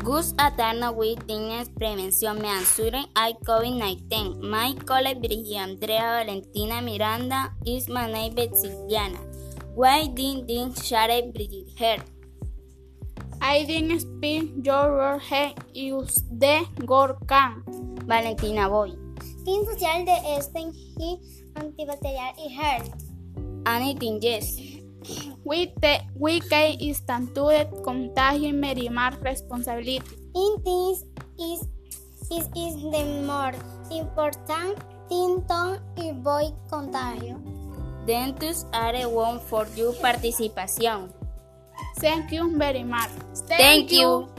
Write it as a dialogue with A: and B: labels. A: Agus atarno Tienes prevención me ansure I COVID-19. My colleague Brigia Andrea Valentina Miranda is my name Betsiliana. Why did did share Brigitte her?
B: I didn't speak your head is the Gorkan.
A: Valentina Boy.
C: Team social de Esten y antibacterial y her.
A: Anything yes.
B: We te we can instantude contagio y merimar responsabilidad.
C: In this is is is the more important thing to avoid contagio.
A: Dentus are one for you participación.
B: Thank you very much.
A: Thank you.